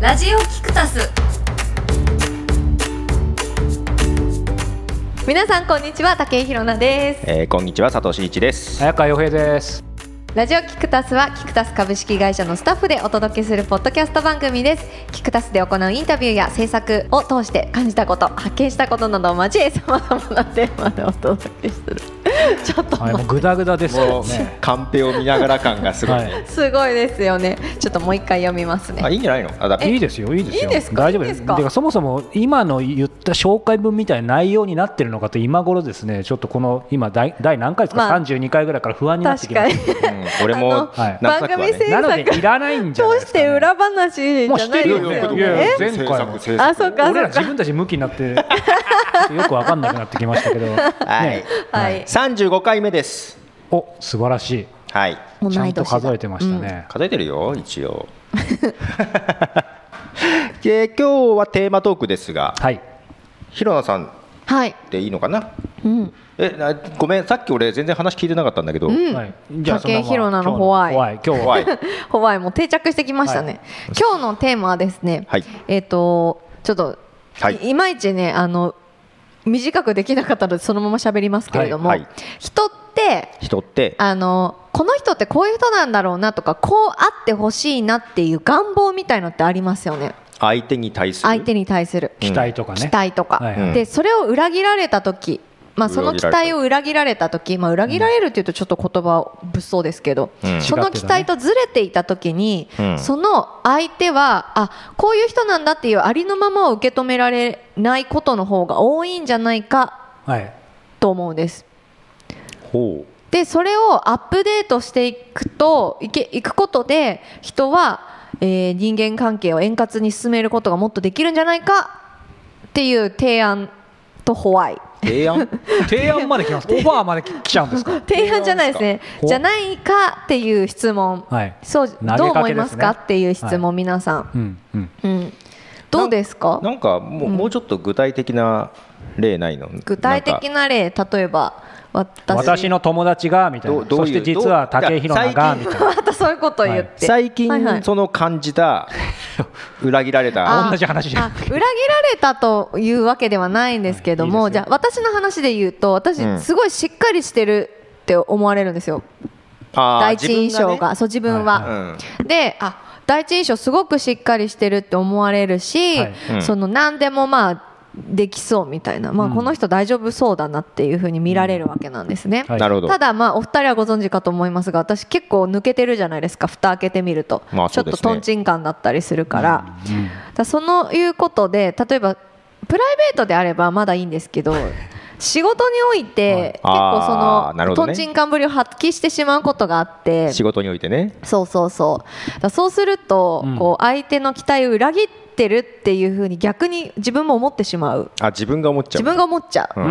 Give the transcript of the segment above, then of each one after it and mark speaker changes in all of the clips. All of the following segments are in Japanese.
Speaker 1: ラジオキクタス
Speaker 2: 皆さんこんにちは竹井ひろなです
Speaker 3: えー、こんにちは佐藤真一です。
Speaker 4: 早川洋平です。
Speaker 2: ラジオキクタスはキクタス株式会社のスタッフでお届けするポッドキャスト番組ですキクタスで行うインタビューや制作を通して感じたこと発見したことなどを交え さまざまなテーマでお届けする ちょっと
Speaker 4: はい、も
Speaker 2: 待っ
Speaker 4: うグダグダですけ
Speaker 3: も
Speaker 4: ど
Speaker 3: う
Speaker 4: ね。
Speaker 3: カンペを見ながら感がすごい
Speaker 4: は
Speaker 3: ね。
Speaker 2: てすごいですよねちょっともう一回読みますね
Speaker 3: あいいんじゃないの？あだ
Speaker 4: い。いいですよ、いいで
Speaker 2: い
Speaker 4: すよ。
Speaker 2: いですか
Speaker 4: 大丈夫
Speaker 2: いい
Speaker 4: で。
Speaker 2: ですすか
Speaker 4: てかそもそも今の言った紹介文みたいな内容になってるのかと今頃ですね、ちょっとこの今第第何回ですか、
Speaker 2: まあ
Speaker 4: 32回ぐらいから不安になって
Speaker 2: 確
Speaker 4: きま
Speaker 2: かに
Speaker 4: し
Speaker 3: うん俺
Speaker 2: あの
Speaker 3: も
Speaker 4: はい
Speaker 3: なんとなく
Speaker 2: 番
Speaker 3: は
Speaker 2: 組制
Speaker 3: ね。
Speaker 4: た。なのでいらないんじゃない
Speaker 2: どう
Speaker 4: です
Speaker 2: し
Speaker 4: か、ね。
Speaker 2: て裏話じゃないです
Speaker 4: もうしてる
Speaker 2: よ
Speaker 4: よいやい
Speaker 2: ね
Speaker 4: や前回も
Speaker 3: 制
Speaker 2: あそっか
Speaker 4: 俺
Speaker 2: そっ
Speaker 4: ら
Speaker 2: か
Speaker 4: 自分たち向きになってよくわかんなくなってきましたけど、
Speaker 3: はい
Speaker 4: ね。
Speaker 2: はい
Speaker 3: 三十五回目です。
Speaker 4: お素晴らし
Speaker 3: はい。
Speaker 2: 同
Speaker 4: い。
Speaker 2: い
Speaker 4: ちゃ
Speaker 2: 年
Speaker 4: ん
Speaker 2: だ
Speaker 4: と数えてましたね。
Speaker 3: 数えてるよ 一応。で今日はテーマトークですが、
Speaker 4: はい。
Speaker 3: ひろなさん
Speaker 2: はい
Speaker 3: でいいのかな？
Speaker 2: うん
Speaker 3: えなごめんさっき俺全然話聞いてなかったんだけど、
Speaker 4: はい。
Speaker 2: 竹井宏奈の
Speaker 4: ホ
Speaker 2: ホワイ
Speaker 4: ワイ。今日
Speaker 3: 怖い。
Speaker 2: ホワイも定着してきましたね、今日のテーマはですね、
Speaker 3: はい
Speaker 2: えっ、とちょっと、
Speaker 3: はい
Speaker 2: い、いまいちねあの短くできなかったのでそのまま喋りますけれども、
Speaker 3: はいはい
Speaker 2: 人って
Speaker 3: 人って
Speaker 2: あのこの人ってこういう人なんだろうなとかこうあってほしいなっていう願望みたいのってありますよね
Speaker 3: 相手に対する
Speaker 2: 相手に対する
Speaker 3: うん
Speaker 4: 期待とかね。
Speaker 2: 期待とか、
Speaker 4: はい
Speaker 3: はい
Speaker 2: でそれを裏切られた時まあ、その
Speaker 3: 裏
Speaker 2: 期
Speaker 3: 切られた
Speaker 2: 待を裏切られた時、まあ、裏切られるっていうとちょっと言葉物騒ですけど、
Speaker 3: うん
Speaker 2: その期待とずれていた時に、
Speaker 3: うん
Speaker 2: その相手はあこういう人なんだっていうありのままを受け止められないことの方が多いんじゃないか
Speaker 4: はい。
Speaker 2: と思うんです。
Speaker 3: ほ
Speaker 2: でそれをアップデートしていくといけいくことで人は、えー人間関係を円滑に進めることがもっとできるんじゃないかっていう提案とホワイ
Speaker 3: う提案
Speaker 4: 提案まで来ます。オファーまで来ちゃうんですか。
Speaker 2: 提案じゃないですね
Speaker 4: ほう
Speaker 2: じゃないかっていう質問、
Speaker 4: はい。
Speaker 2: そう
Speaker 4: げかけですね
Speaker 2: どう思いますかっていう質問、皆さん、
Speaker 4: うんうん。
Speaker 2: うん、どうですか
Speaker 3: なんかもう,、もうちょっと具体的な例ないの
Speaker 2: 具体的
Speaker 3: な
Speaker 2: な例例えば私
Speaker 4: 私の友達がみたい
Speaker 3: どう
Speaker 4: な。
Speaker 3: ど
Speaker 4: そう
Speaker 3: いう
Speaker 4: して実は竹井宏奈が
Speaker 3: どう
Speaker 4: み
Speaker 3: い
Speaker 4: たい
Speaker 2: またそういうことを言って、
Speaker 3: 最近、
Speaker 2: はいはい
Speaker 3: その感 じた裏切られ
Speaker 2: あ
Speaker 3: た
Speaker 4: 同じ話じゃん
Speaker 2: あ裏切られたというわけではないんですけども、
Speaker 4: はいいい
Speaker 2: じ
Speaker 4: です
Speaker 2: ゃ
Speaker 4: よ
Speaker 2: あ私の話で言うと私
Speaker 3: うん
Speaker 2: すごいしっかりしてるって思われるんですよ、
Speaker 3: あー
Speaker 2: 第一印象が
Speaker 3: 自分がね
Speaker 2: そう自分は、
Speaker 4: はい
Speaker 3: うん
Speaker 2: であ第一印象すごくしっかりしてるって思われるし、
Speaker 4: はい
Speaker 3: うん
Speaker 2: その何でもまあできそうみたいな、まあ、
Speaker 4: うん
Speaker 2: この人大丈夫そうだなっていうふうに見られるわけなんですね。
Speaker 4: はい
Speaker 3: なるほど
Speaker 2: ただまあお二人はご存知かと思いますが私結構抜けてるじゃないですか蓋開けてみると、
Speaker 3: まあ
Speaker 2: ち
Speaker 3: そ
Speaker 2: ょっ
Speaker 3: うで
Speaker 2: と
Speaker 3: すね
Speaker 2: とんちん感だったりするから,、だそのいうことで例えばプライベートであればまだいいんですけ ど仕事において結
Speaker 3: あ
Speaker 2: 構
Speaker 3: ーな
Speaker 2: そ
Speaker 3: る
Speaker 2: の
Speaker 3: ほど
Speaker 2: と
Speaker 3: ね
Speaker 2: んちん感ぶりを発揮してしまうことがあって
Speaker 3: 仕事においてね
Speaker 2: そうそうそうだそうすると、
Speaker 4: うん
Speaker 2: こう相手の期待を裏切ってるっていうふうに逆に自分も思ってしまう
Speaker 3: あ自分が思っちゃ
Speaker 2: 自
Speaker 3: う
Speaker 2: 分が思っちゃう、
Speaker 3: う
Speaker 4: うん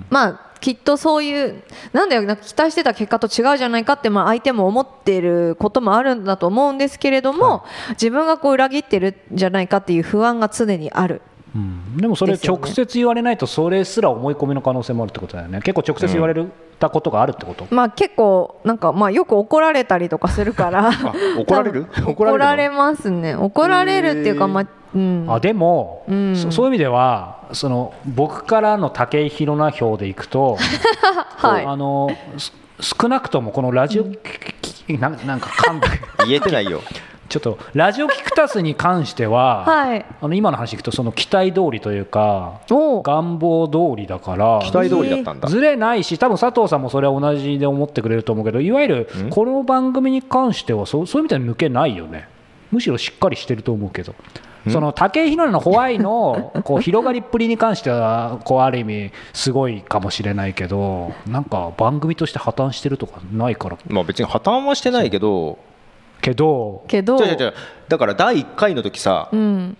Speaker 4: ん。
Speaker 2: まあきっとそういうなんだよなんか期待してた結果と違うじゃないかって、まあ、相手も思ってることもあるんだと思うんですけれども、自分がこう裏切ってるんじゃないかっていう不安が常にある
Speaker 4: うんでもそれ
Speaker 2: ですよね
Speaker 4: 直接言われないとそれすら思い込みの可能性もあるってことだよね結構直接言われたことがあるってこと、
Speaker 2: まあ結構なんかまあよく怒られたりとかするから
Speaker 3: 怒ら れる
Speaker 2: 多分
Speaker 3: 怒ら
Speaker 2: 怒
Speaker 3: れるの
Speaker 2: られますね怒られるっていうかまあうん
Speaker 4: あでも、
Speaker 2: うん
Speaker 4: そそういう意味ではその僕からの武井宏奈票でい くと、
Speaker 2: はい
Speaker 4: あのす少なくともこのラジオき、きななんか噛 んだ
Speaker 3: 言えてないよ
Speaker 4: ちょっとラジオキクタスに関しては、
Speaker 2: はい
Speaker 4: あの今の話いくとその期待通りというか
Speaker 2: おう
Speaker 4: 願望通りだから
Speaker 3: 期待通りだったんだ、
Speaker 4: ずれないし多分佐藤さんもそれは同じで思ってくれると思うけどいわゆる
Speaker 3: ん
Speaker 4: この番組に関してはそうそういうみたいに抜けないよねむしろしっかりしてると思うけどその武井宏奈のホワイのこう広がりっぷりに関してはこうある意味すごいかもしれないけどなんか番組として破綻してるとかないから
Speaker 3: まあ別に破綻はしてないけど
Speaker 4: けど
Speaker 2: けど
Speaker 3: 違う違う違うだから第1回の時さ
Speaker 2: うん、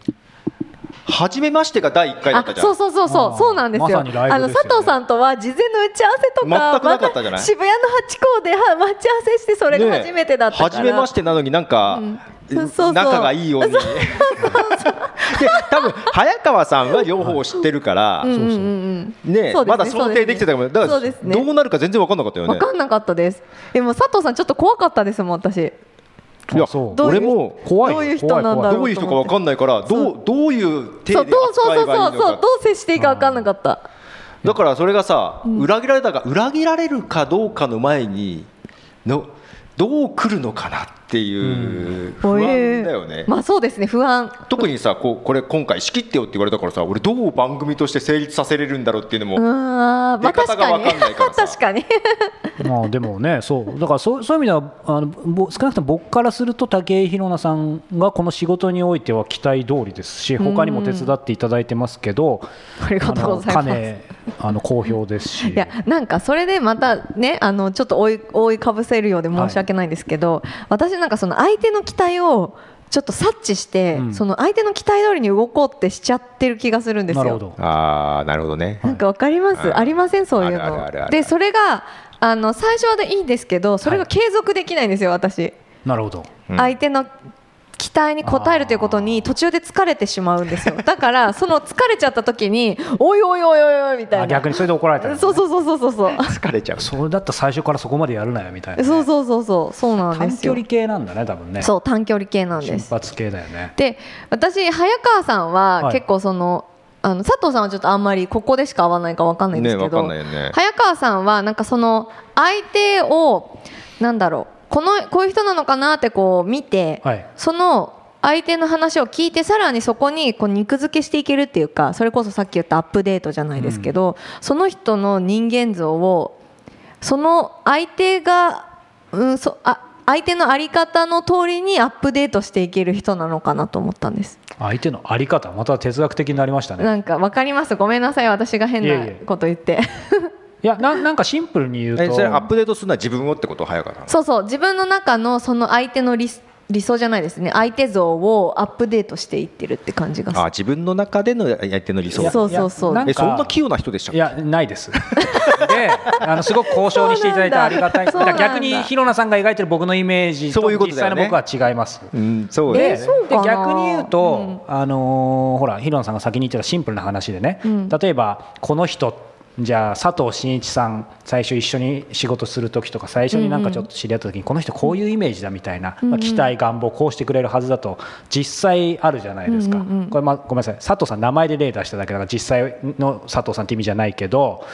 Speaker 3: 初めましてが第1回だった
Speaker 2: あ
Speaker 3: じゃん
Speaker 2: そうそうそうそ
Speaker 4: あ
Speaker 2: う
Speaker 4: ー
Speaker 2: そうなんですよ,、
Speaker 4: まさにライ
Speaker 2: あ
Speaker 4: ブ
Speaker 2: の
Speaker 4: ですよね
Speaker 2: 佐藤さんとは事前の打ち合わせとか
Speaker 3: 全くなかったじゃない
Speaker 2: まだ渋谷のハチ公では待ち合わせしてそれが
Speaker 3: ねえ
Speaker 2: 初めてだったから、
Speaker 3: 初めましてなのになんか、
Speaker 2: うんそうそう
Speaker 3: 仲がいいようにで 多分早川さんは両方知ってるから、
Speaker 2: うんうんうん
Speaker 3: ね
Speaker 2: そうですね
Speaker 3: まだ想定できてたからだ
Speaker 2: そ
Speaker 3: か
Speaker 2: う
Speaker 3: ら
Speaker 2: ですね
Speaker 3: どうなるか全然分かんなかったよ
Speaker 2: 分
Speaker 3: ね
Speaker 2: かんなかったですでも佐藤さんちょっと怖かったですもん私
Speaker 3: いや
Speaker 4: あそう
Speaker 2: どうい
Speaker 3: 俺
Speaker 2: う
Speaker 3: も
Speaker 4: 怖い
Speaker 2: どういう人
Speaker 4: 怖い
Speaker 2: なんだろ
Speaker 3: どういう人か分かんないからどうどういう手で
Speaker 2: そうどうそうそ
Speaker 3: 扱え
Speaker 2: う
Speaker 3: ばい
Speaker 2: そ
Speaker 3: いの
Speaker 2: うそうど
Speaker 3: か
Speaker 2: う接していいか分かんなかった
Speaker 3: だからそれがさ裏切られたか裏切られるかどうかの前にのどう来るのかなっていう不安だよね、
Speaker 2: まあそうですね不安
Speaker 3: 特にさこうこれ今回仕切ってよって言われたからさ俺どう番組として成立させれるんだろうっていうのも、
Speaker 2: うーんまあ
Speaker 3: 出
Speaker 2: 確
Speaker 3: 方が
Speaker 2: かに
Speaker 3: 分かんないから さ
Speaker 2: 確かに
Speaker 4: まあでもね、そう、だからそうそういう意味では、あのぼ少なくとも僕からすると、武井宏奈さんがこの仕事においては期待通りですし、他にも手伝っていただいてますけど、
Speaker 2: ありがとうござい
Speaker 4: か
Speaker 2: ます
Speaker 4: ねあの好評ですし、
Speaker 2: いやなんかそれでまたねあのちょっと覆い覆いかぶせるようで申し訳ないんですけど、私なんかその相手の期待をちょっと察知して、
Speaker 4: うん
Speaker 2: その相手の期待通りに動こうってしちゃってる気がするんですよ。
Speaker 4: なるほど、
Speaker 3: ああなるほどね
Speaker 2: なんかわかります、
Speaker 3: はい
Speaker 2: ありませんそういう
Speaker 3: あるあるあるあ
Speaker 2: の。
Speaker 3: る
Speaker 2: でそれがあの最初はいいんですけどそれが継続できないんですよ私、
Speaker 4: なるほど、
Speaker 3: うん
Speaker 2: 相手の期待に応えるということに途中で疲れてしまうんです よだからその疲れちゃった時においおいおいおいおいみた
Speaker 4: あ
Speaker 2: いな
Speaker 4: 逆にそれで怒られた、ね、
Speaker 2: そうそうそうそうそうそう
Speaker 3: 疲れちゃう
Speaker 4: それだったら最初からそこまでやるなよみたいなね、
Speaker 2: そうそうそうそうそうなんで
Speaker 4: 短
Speaker 2: す
Speaker 4: 距
Speaker 2: よ
Speaker 4: 離系なんだね、多分ね、
Speaker 2: そう短距離系なんで
Speaker 4: 瞬
Speaker 2: す
Speaker 4: 発系だよね。
Speaker 2: で私早川さんは
Speaker 4: はい
Speaker 2: 結構その、あの佐藤さんはちょっとあんまりここでしか会わないかわかんないんですけ
Speaker 3: ねわ
Speaker 2: ど、
Speaker 3: かんないよね
Speaker 2: 早川さんはなんかその相手をなんだろうこのこういう人なのかなってこう見て、
Speaker 4: はい
Speaker 2: その相手の話を聞いてさらにそこにこう肉付けしていけるっていうかそれこそさっき言ったアップデートじゃないですけど、その人の人間像をその相手が、うん、そあ相手のあり方の通りにアップデートしていける人なのかなと思ったんです。
Speaker 4: 相手のあり方、また哲学的になりましたね。
Speaker 2: なんかわかりますごめんなさい私が変
Speaker 4: いえい
Speaker 2: な
Speaker 4: え
Speaker 2: こと言って
Speaker 4: いやな、なんかシンプルに言うと、
Speaker 3: えそれアップデートするのは自分をってこと早かった
Speaker 2: そうそう自分の中のその相手の理理想じゃないですね相手像をアップデートしていってるって感じがする
Speaker 3: あー自分の中での相手の理想
Speaker 2: そうそうそう
Speaker 4: いや
Speaker 3: えそん
Speaker 4: か
Speaker 3: な器用な人でしたっ
Speaker 4: い
Speaker 3: け
Speaker 4: やないですであのすごく交渉にしていただいてありがたいだ
Speaker 2: そうなん
Speaker 4: か
Speaker 2: だ
Speaker 4: ら逆にひろなさんが描いてる僕のイメージと
Speaker 3: そういうこと
Speaker 4: 実
Speaker 3: だ
Speaker 4: 際
Speaker 3: よ
Speaker 4: の
Speaker 3: ね
Speaker 4: 僕は違います
Speaker 3: うんそう
Speaker 2: え
Speaker 3: ね
Speaker 2: ーそう
Speaker 4: で
Speaker 2: かな
Speaker 4: 逆に言うと、あのーほらひろなさんが先に言ってたシンプルな話でね、
Speaker 2: うん
Speaker 4: 例えばこの人じゃあ佐藤真一さん最初一緒に仕事する時とか最初になんかちょっと知り合った時にこの人こういうイメージだみたいな、
Speaker 2: うん
Speaker 4: まあ期待願望こうしてくれるはずだと実際あるじゃないですか、
Speaker 2: うんうんうん
Speaker 4: これ、まあ、ごめんなさい佐藤さん名前で例出しただけだから実際の佐藤さんって意味じゃないけど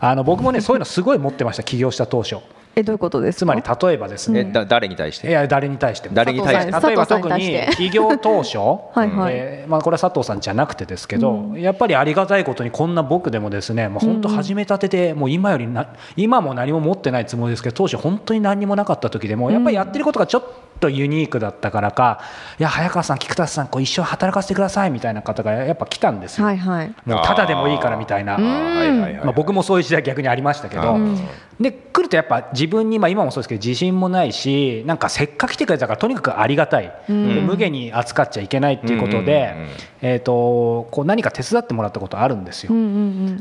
Speaker 4: あの僕もねそういうのすごい持ってました起業した当初
Speaker 2: えどういうことですか
Speaker 4: つまり例えばですね、
Speaker 3: えだ誰に対し
Speaker 4: い
Speaker 3: て
Speaker 4: や誰に対しても
Speaker 3: 誰に対して
Speaker 2: 佐
Speaker 4: 例えば
Speaker 2: 藤さん
Speaker 4: 特
Speaker 2: に対し
Speaker 4: に
Speaker 2: て
Speaker 4: 企業当初
Speaker 2: はいはい
Speaker 4: えーまあ、これは佐藤さんじゃなくてですけど、やっぱりありがたいことにこんな僕でもですねもう本当始めたてで、もう今よりな今も何も持ってないつもりですけど当初本当に何にもなかった時でもやっぱりやってることがちょっとユニークだったからか、いや早川さん菊田さんこう一生働かせてくださいみたいな方がやっぱ来たんですよ、
Speaker 2: はいはい
Speaker 4: もうただでもいいからみたいな、
Speaker 3: あーはいはいはいはい
Speaker 4: まあ、僕もそういう時代逆にありましたけど、
Speaker 3: うん
Speaker 4: で来るとやっぱ自分に、まあ、今もそうですけど自信もないしなんかせっかく来てくれたからとにかくありがたい、
Speaker 2: うん
Speaker 4: で無限に扱っちゃいけないっていうことで、
Speaker 3: うんうんうんうん
Speaker 4: えー、とこう何か手伝ってもらったことあるんですよ、
Speaker 2: うんうんう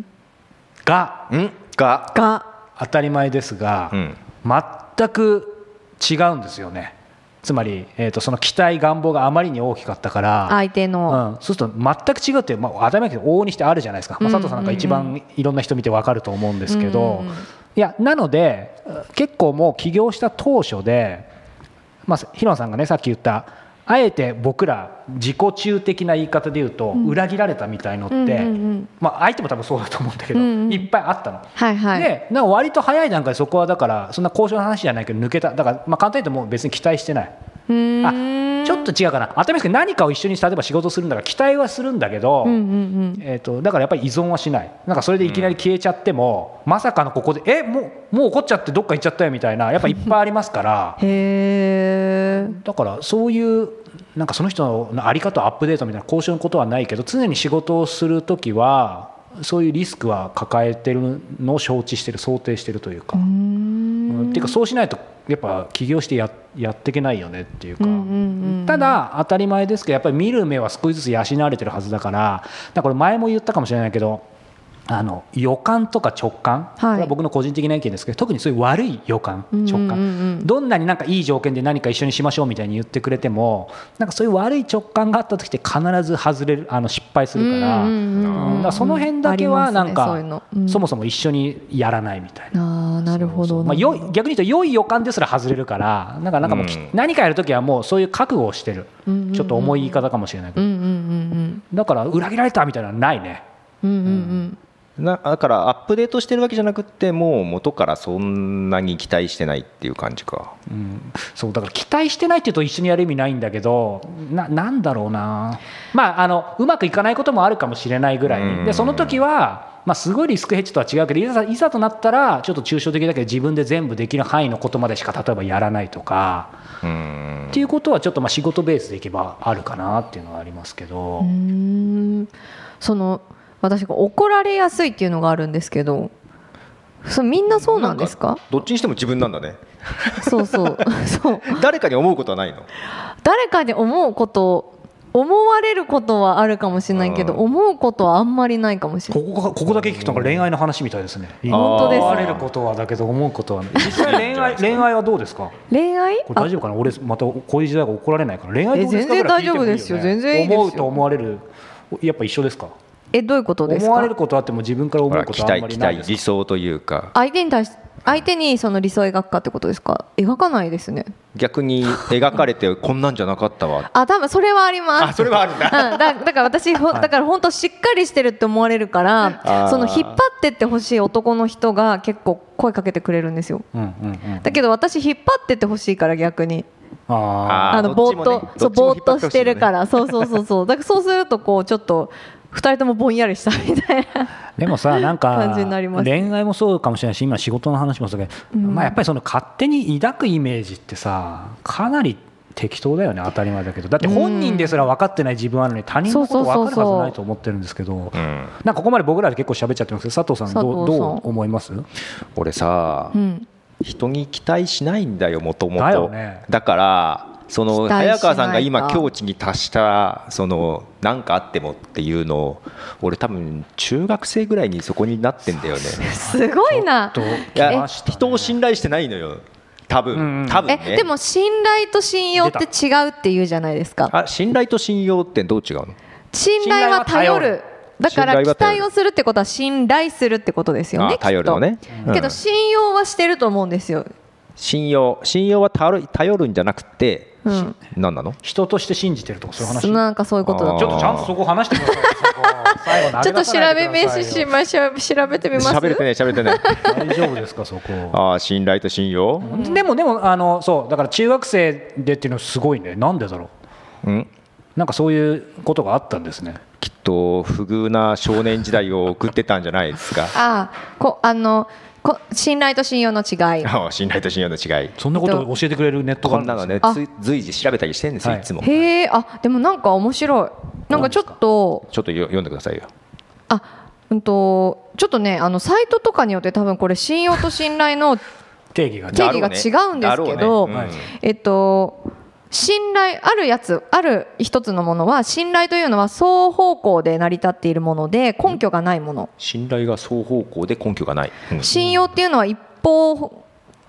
Speaker 2: ん
Speaker 4: が
Speaker 3: うんが
Speaker 2: が
Speaker 4: 当たり前ですが、
Speaker 3: うん
Speaker 4: 全く違うんですよねつまり、えー、とその期待願望があまりに大きかったから
Speaker 2: 相手の、
Speaker 4: うん、そうすると全く違うって、まあ、当たり前だけど往々にしてあるじゃないですか、ま
Speaker 2: う
Speaker 4: あ、
Speaker 2: ん
Speaker 4: 佐藤さんなんか一番いろんな人見てわかると思うんですけど、
Speaker 2: うん
Speaker 4: いやなので結構もう起業した当初で、まあ、ヒロさんがねさっき言ったあえて僕ら自己中的な言い方で言うと、裏切られたみたいのって、
Speaker 2: うんうんうん
Speaker 4: まあ、相手も多分そうだと思うんだけど、
Speaker 2: うんうん
Speaker 4: いっぱいあったの。
Speaker 2: はいはい、
Speaker 4: でなんか割と早い段階でそこはだからそんな交渉の話じゃないけど抜けただからまあ簡単に言うともう別に期待してないう
Speaker 2: ーん
Speaker 4: あちょっと違うかな当たり前ですけど何かを一緒に例えば仕事するんだから期待はするんだけど、
Speaker 2: うんうん
Speaker 4: えー、とだからやっぱり依存はしないなんかそれでいきなり消えちゃっても、まさかのここでえもうもう怒っちゃってどっか行っちゃったよみたいなやっぱいっぱいありますから
Speaker 2: うんへー
Speaker 4: だからそういうなんかその人のあり方をアップデートみたいな交渉のことはないけど常に仕事をするときはそういうリスクは抱えてるのを承知してる想定してるというか。
Speaker 2: うー
Speaker 4: うんんっていうかそうしないとやっぱ起業してややっていけないよねっていうか、
Speaker 2: うんうんうん
Speaker 4: ただ当たり前ですけどやっぱり見る目は少しずつ養われてるはずだからだからこれ前も言ったかもしれないけどあの予感とか直感、
Speaker 2: はい
Speaker 4: これは僕の個人的な意見ですけど特にそういう悪い予感
Speaker 2: うんうん
Speaker 4: 直
Speaker 2: うん
Speaker 4: 感、どんなになんかいい条件で何か一緒にしましょうみたいに言ってくれてもなんかそういう悪い直感があった時って必ず外れるあの失敗するから,、
Speaker 2: うんうんうんうん
Speaker 4: だからその辺だけはなんか、
Speaker 2: ありますねそういうのうん
Speaker 4: そもそも一緒にやらないみたいな。
Speaker 2: ああなるほど
Speaker 4: ま
Speaker 2: な
Speaker 4: あ、
Speaker 2: るほ
Speaker 4: よ
Speaker 2: ど
Speaker 4: い逆に言うと良い予感ですら外れるからなんかなんかもうき、
Speaker 3: うん
Speaker 4: 何かやるときはもうそういう覚悟をしてる、
Speaker 2: うんうんうん
Speaker 4: ちょっと重い言い方かもしれないけ
Speaker 2: う
Speaker 4: ど、
Speaker 2: んうんうん
Speaker 4: だから裏切られたみたいなのはないね
Speaker 2: うんうんうん
Speaker 3: なだからアップデートしてるわけじゃなくってもう元からそんなに期待してないっていう感じか
Speaker 4: うん、そうだから期待してないっていうと一緒にやる意味ないんだけどななんだろうな、まあ、あのうまくいかないこともあるかもしれないぐらいに
Speaker 3: うん
Speaker 4: でその時は、まあ、すごいリスクヘッジとは違うけどいざいざとなったらちょっと抽象的だけど自分で全部できる範囲のことまでしか例えばやらないとか
Speaker 3: うん
Speaker 4: っていうことはちょっとまあ仕事ベースでいけばあるかなっていうのはありますけど、
Speaker 2: うーんその私怒られやすいっていうのがあるんですけどそうみんなそうなんですか
Speaker 3: どっちにしても自分なんだね
Speaker 2: そうそうそう
Speaker 3: 誰かに思うことはないの
Speaker 2: 誰かに思うこと思われることはあるかもしれないけど
Speaker 3: うん
Speaker 2: 思うことはあんまりないかもしれない
Speaker 4: ここがここだけ聞くとなんか恋愛の話みたいですね。
Speaker 3: 本
Speaker 2: 当ですね
Speaker 4: 思われることはだけど思うことはない実 際恋愛恋愛はどうですか。
Speaker 2: 恋愛
Speaker 4: これ
Speaker 2: あ
Speaker 4: 大丈夫かな俺またこういう時代が怒られないから恋愛どうですか
Speaker 2: え全然
Speaker 4: ぐらい聞いてもい
Speaker 2: 大
Speaker 4: い
Speaker 2: 丈夫ですよ全然いいですよ
Speaker 4: 思うと思われるやっぱ一緒ですか
Speaker 2: えどういうことです
Speaker 4: 思われ
Speaker 2: か
Speaker 4: ることあっても自分から
Speaker 3: ほ
Speaker 4: 思う
Speaker 3: ら
Speaker 4: こ
Speaker 3: 期
Speaker 4: とはあ
Speaker 3: 待
Speaker 4: んまり
Speaker 3: 期
Speaker 4: ないで
Speaker 3: 待
Speaker 4: す
Speaker 3: 理想というか
Speaker 2: 相手に対し相手にその理想を描くかってことですか描かないですね
Speaker 3: 逆に描かれてこんなんじゃなかった わ
Speaker 2: あ多分それはあります
Speaker 3: あそれはあるんだ
Speaker 2: うん、だだから私、ほだから本当しっかりしてるって思われるから
Speaker 3: あー
Speaker 2: その引っ張ってってほしい男の人が結構声かけてくれるんですよ
Speaker 4: うんうんうん
Speaker 2: だけど私引っ張ってってほしいから逆に
Speaker 4: あ
Speaker 3: あー
Speaker 2: あの
Speaker 3: ど
Speaker 2: ぼ
Speaker 3: っち
Speaker 2: ーっ
Speaker 3: もね
Speaker 2: とそうぼ
Speaker 3: どっちも
Speaker 2: ー
Speaker 3: 引
Speaker 2: っ
Speaker 3: っ張
Speaker 2: と
Speaker 3: ってほしいよね
Speaker 2: してるからそうそうそうそうだからそうするとこうちょっと二人ともぼんやりしたみたいな
Speaker 4: ーで もさなん
Speaker 2: 感
Speaker 4: か
Speaker 2: じになります
Speaker 4: 恋愛もそうかもしれないし今仕事の話もそうだけど、まあ、やっぱりその勝手に抱くイメージってさかなり適当だよね当たり前だけどだって本人ですら分かってない自分あるのに他人のこと分かるはずないと思ってるんですけど、
Speaker 3: うん
Speaker 4: なんかここまで僕らで結構喋っちゃってますけど佐藤さんど
Speaker 2: 佐
Speaker 4: う
Speaker 2: 藤さん
Speaker 4: どう思います
Speaker 3: 俺さ、
Speaker 2: うん
Speaker 3: 人に期待しないんだよもとも
Speaker 4: だよ
Speaker 3: と
Speaker 4: ね
Speaker 3: だからその
Speaker 2: 期待しないか
Speaker 3: 早川さんが今境地に達したその何かあってもっていうのを俺多分中学生ぐらいにそこになってんだよね
Speaker 2: すごいな
Speaker 4: と
Speaker 3: いや人を信頼してないのよ多
Speaker 4: うんう
Speaker 3: 分
Speaker 4: ん
Speaker 3: 多分
Speaker 2: え
Speaker 3: ね
Speaker 2: でも信頼と信用って違うって言うじゃないですか
Speaker 3: あ信頼と信用ってどう違うの
Speaker 2: 信頼は頼
Speaker 4: 信頼
Speaker 2: る
Speaker 4: は頼る。
Speaker 2: だから
Speaker 3: 信頼
Speaker 2: 期
Speaker 3: は頼る
Speaker 2: 待をするってことは信頼するってことですよね。
Speaker 3: あ頼るのね
Speaker 2: きっと
Speaker 3: うん
Speaker 2: けど信用はしてると思うんですよ。
Speaker 3: 信用信用は頼る頼るんじゃなくて、
Speaker 2: うん。
Speaker 3: 何なの
Speaker 4: 人として信じてるとかそういう話ちょ
Speaker 2: なんかそういうことだ
Speaker 3: あ
Speaker 2: と
Speaker 3: ー。
Speaker 4: っとちゃんとそこ話してくださいそこ最 後
Speaker 2: ちょっと調べ名刺し
Speaker 4: し
Speaker 2: ましょう調べてみます。
Speaker 3: 喋れてね喋れて ね
Speaker 4: 大丈夫ですかそこ
Speaker 3: ああ信頼と信用
Speaker 4: でもでもあのそうだから中学生でっていうのすごいねなんでだろ
Speaker 3: うん
Speaker 4: うなんかそういうことがあったんですね
Speaker 3: きっと不遇な少年時代を送ってたんじゃないですか
Speaker 2: ああ、こあのこ信頼と信用の違い。
Speaker 3: ああ信頼と信用の違い
Speaker 4: そんなことを教えてくれるネットが
Speaker 3: こ
Speaker 4: ある
Speaker 3: ん
Speaker 4: ん
Speaker 3: な
Speaker 4: で
Speaker 3: の
Speaker 4: す
Speaker 3: ね
Speaker 2: あ
Speaker 3: つい随時調べたりしてるんですよ、
Speaker 4: はい
Speaker 3: い、つもちょ
Speaker 2: へえ、あでもなんか面白い。なんかちょっと
Speaker 3: っとよ読んでくださいよ
Speaker 2: あうんとちょっとねあのサイトとかによって多分これ信用と信頼の
Speaker 4: 定義が
Speaker 2: 定義が違うんですけど、
Speaker 3: だろうね
Speaker 2: えっと信頼あるやつある一つのものは信頼というのは双方向で成り立っているもので根拠がないもの
Speaker 3: 信頼が双方向で根拠がない、うん
Speaker 2: 信用っていうのは一方が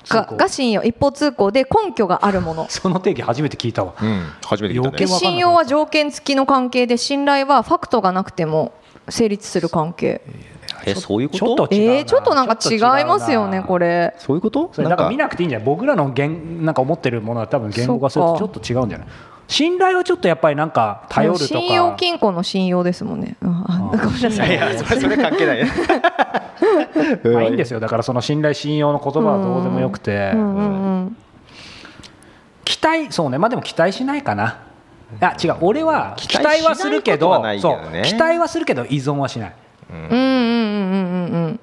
Speaker 4: 通行
Speaker 2: が信用一方通行で根拠があるもの
Speaker 4: その定義初めて聞いたわ
Speaker 3: うん初めて聞いた
Speaker 4: 余計
Speaker 2: で
Speaker 3: ね
Speaker 4: わかんなくなった
Speaker 2: 信用は条件付きの関係で信頼はファクトがなくても成立する関係
Speaker 3: えそういうこ
Speaker 4: ちょっ
Speaker 3: と
Speaker 4: と違うな
Speaker 2: えー、ちょっとなんか違いますよねこれ
Speaker 3: そういうこと
Speaker 4: それなんか見なくていいんじゃない僕らの言なんか思ってるものは多分言語がそれとちょっと違うんじゃない信頼はちょっとやっぱりなんか頼るとか
Speaker 2: 信用金庫の信用ですもんね、うんあごめんなさい
Speaker 3: いやそれそれ関係ない ね
Speaker 4: まあいいんですすよだからその信頼信用の言葉はどうでもよくて
Speaker 2: うんうんうん
Speaker 4: 期待そうねまあでも期待しないかなあ違う俺は期
Speaker 3: 期待
Speaker 4: 待はする
Speaker 3: し
Speaker 4: け
Speaker 3: ないことは
Speaker 4: ど
Speaker 3: ないけ
Speaker 4: そ
Speaker 3: ど
Speaker 4: う
Speaker 3: ね
Speaker 4: 期待はするけど依存はしない
Speaker 2: うんうんうんうんうんうん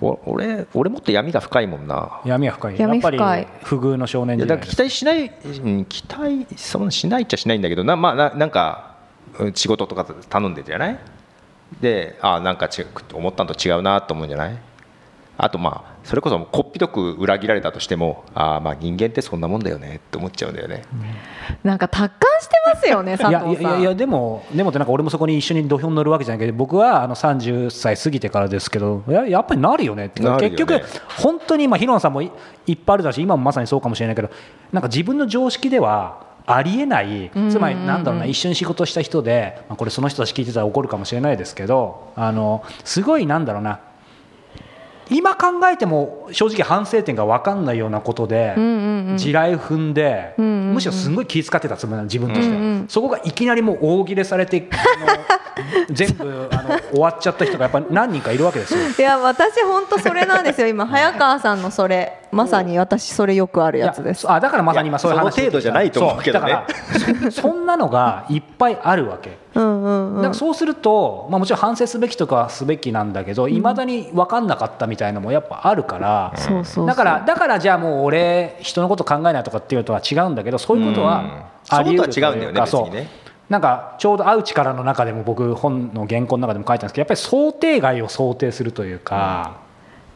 Speaker 3: お俺俺もっと闇が深いもんな
Speaker 4: 闇は深い
Speaker 2: 闇深い
Speaker 4: やっぱり不遇の少年
Speaker 3: いや
Speaker 4: 時
Speaker 3: だから期
Speaker 4: 代で
Speaker 3: 待
Speaker 4: す
Speaker 3: しない、うん、期待そんなしないっちゃしないんだけどな,、まあ、ななんかうん仕事とか頼んでるじゃないであなんかち思ったんと違うなと思うんじゃないあとまあそれこそこっぴどく裏切られたとしてもああまあ人間ってそんなもんだよねって思っちゃうんだよね、
Speaker 2: なんか達観してますよね佐
Speaker 4: いやい
Speaker 2: 藤
Speaker 4: やい
Speaker 2: さ
Speaker 4: やいや
Speaker 2: ん
Speaker 4: でもでもってなんか俺もそこに一緒に土俵に乗るわけじゃないけど僕はあの30歳過ぎてからですけどややっぱりなるよねって
Speaker 3: なるよね
Speaker 4: 結局本当にまあヒロンさんもいいっぱいあるだろうし今もまさにそうかもしれないけどなんか自分の常識ではありえないつまりなんだろうな一緒に仕事した人で、まあ、これその人たち聞いてたら怒るかもしれないですけどあのすごいなんだろうな今考えても正直反省点が分かんないようなことで、
Speaker 2: うんうんうん
Speaker 4: 地雷踏んで、
Speaker 2: んうんうん
Speaker 4: むしろすんごい気遣ってたつもりなの自分としては、
Speaker 2: うんうん
Speaker 4: そこがいきなりもう大切れされて あの全部あの終わっちゃった人がやっぱり何人かいるわけですよ。
Speaker 2: いや私本当それなんですよ今早川さんのそれまさに私それよくあるやつです
Speaker 4: いやあだからまさに今そういう話
Speaker 3: いやその程度じゃないと思うけどね
Speaker 4: そうだからそそんなのがいっぱいあるわけ
Speaker 2: うんうんう
Speaker 4: だか
Speaker 2: ん
Speaker 4: らそうすると、まあ、もちろん反省すべきとかはすべきなんだけどいまだに分かんなかったみたいのもやっぱあるから、
Speaker 2: そうそうそう
Speaker 4: だからだからじゃあもう俺人のこと考えないとかっていうのとは違うんだけどそういうことは
Speaker 3: うん
Speaker 4: あり得る
Speaker 3: そういうことは違うんだよね
Speaker 4: といか
Speaker 3: 別にね
Speaker 4: そうなんかちょうど会う力の中でも僕本の原稿の中でも書いたんですけどやっぱり想定外を想定するというか、